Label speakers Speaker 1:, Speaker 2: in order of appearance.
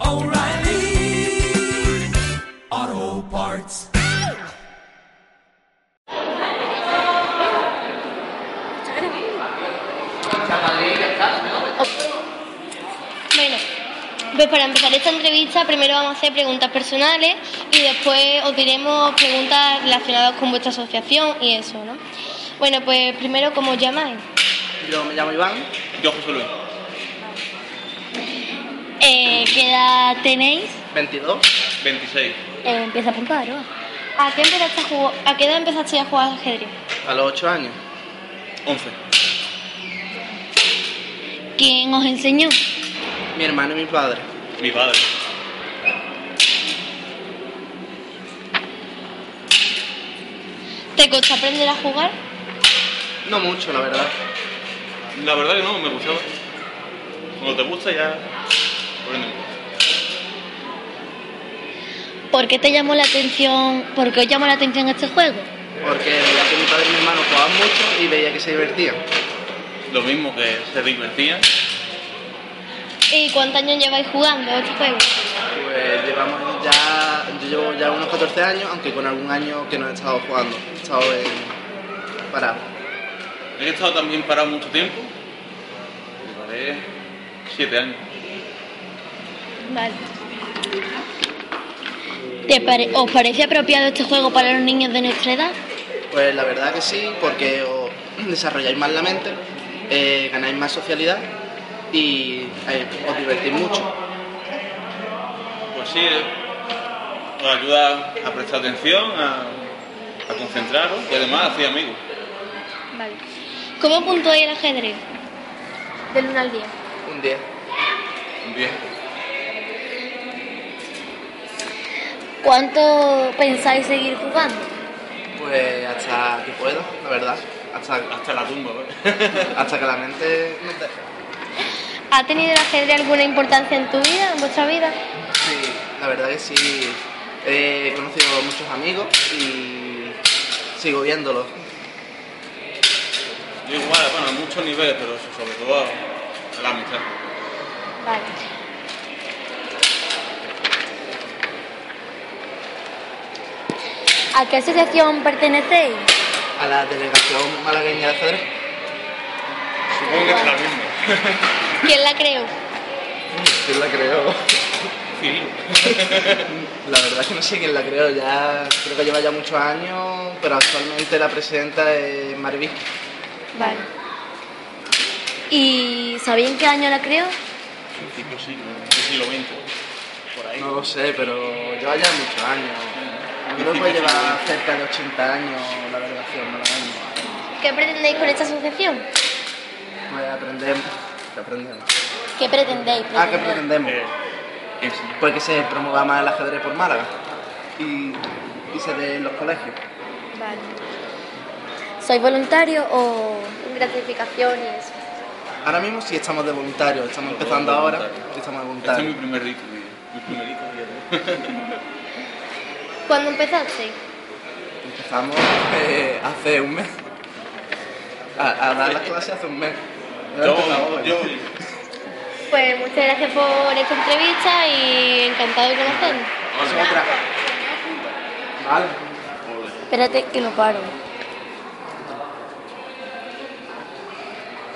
Speaker 1: oh, O'Reilly. Auto Parts.
Speaker 2: Bueno, pues para empezar esta entrevista primero vamos a hacer preguntas personales y después os diremos preguntas relacionadas con vuestra asociación y eso, ¿no? Bueno, pues primero, ¿cómo os llamáis?
Speaker 3: Yo me llamo Iván.
Speaker 4: Yo, José Luis.
Speaker 2: Eh, ¿Qué edad tenéis? Eh,
Speaker 3: 22.
Speaker 4: 26.
Speaker 2: empieza a apuntar, ¿no? ¿A qué, empezaste a, jugar- ¿A qué edad empezaste a jugar al ajedrez?
Speaker 3: A los 8 años.
Speaker 4: 11.
Speaker 2: ¿Quién os enseñó?
Speaker 3: Mi hermano y mi padre.
Speaker 4: Mi padre.
Speaker 2: ¿Te costó aprender a jugar?
Speaker 3: No mucho, la verdad.
Speaker 4: La verdad que no, me gustaba. Cuando te gusta ya... pues, aprende.
Speaker 2: ¿Por qué te llamó la atención, por qué os llamó la atención este juego?
Speaker 3: Porque veía que mi padre y mi hermano jugaban mucho y veía que se divertían.
Speaker 4: Lo mismo que se divertían.
Speaker 2: ¿Y cuántos años lleváis jugando a este juego?
Speaker 3: Pues llevamos ya. Yo llevo ya unos 14 años, aunque con algún año que no he estado jugando. He estado en. parado.
Speaker 4: He estado también parado mucho tiempo. Me paré 7 años.
Speaker 2: Vale. ¿Te pare- ¿Os parece apropiado este juego para los niños de nuestra edad?
Speaker 3: Pues la verdad que sí, porque os desarrolláis más la mente, eh, ganáis más socialidad y eh, os divertís mucho.
Speaker 4: Pues sí, eh, os ayuda a prestar atención, a, a concentraros y además hacía amigos.
Speaker 2: Vale. ¿Cómo puntuáis el ajedrez? Del 1 al 10.
Speaker 3: Un día.
Speaker 4: Bien.
Speaker 2: ¿Cuánto pensáis seguir jugando?
Speaker 3: Pues hasta que pueda, la verdad. Hasta
Speaker 4: Hasta la tumba, ¿vale?
Speaker 3: Hasta que la mente nos deje.
Speaker 2: ¿Ha tenido el ajedrez alguna importancia en tu vida, en vuestra vida?
Speaker 3: Sí, la verdad que sí. He conocido muchos amigos y sigo viéndolos.
Speaker 4: Yo igual, bueno, a muchos niveles, pero sobre todo a, a la amistad.
Speaker 2: Vale. ¿A qué asociación pertenecéis?
Speaker 3: A la delegación malagueña de ajedrez.
Speaker 4: Supongo que es la misma.
Speaker 2: ¿Quién la creó?
Speaker 3: ¿Quién la creó?
Speaker 4: Sí.
Speaker 3: La verdad es que no sé quién la creó. Ya creo que lleva ya muchos años, pero actualmente la presidenta es Maribí.
Speaker 2: Vale. ¿Y sabían qué año la creó?
Speaker 4: Tipo sí, siglo XX. Por ahí.
Speaker 3: No lo sé, pero lleva ya muchos años. Creo que puede llevar cerca de 80 años la delegación malagueña.
Speaker 2: ¿Qué pretendéis con esta asociación?
Speaker 3: Pues aprendemos. ¿Qué aprendemos?
Speaker 2: ¿Qué pretendéis?
Speaker 3: Ah, ¿qué pretendemos?
Speaker 4: Eh, enseñar.
Speaker 3: Pues que se promueva más el ajedrez por Málaga y, y se dé en los colegios.
Speaker 2: Vale. ¿Sois voluntario o...? Gratificación y eso.
Speaker 3: Ahora mismo sí estamos de voluntarios, estamos empezando
Speaker 4: Voluntario.
Speaker 3: ahora y estamos de
Speaker 4: Este es mi
Speaker 3: voluntarios.
Speaker 4: primer disco, mi, mi primer disco.
Speaker 2: ¿Cuándo empezasteis?
Speaker 3: Empezamos eh, hace un mes. A, a dar las clases hace un mes. Ya empezamos,
Speaker 4: Yo,
Speaker 3: pues.
Speaker 4: yo,
Speaker 2: Pues muchas gracias por esta entrevista y encantado de conocernos.
Speaker 3: Otra. Vale.
Speaker 2: Espérate que no paro.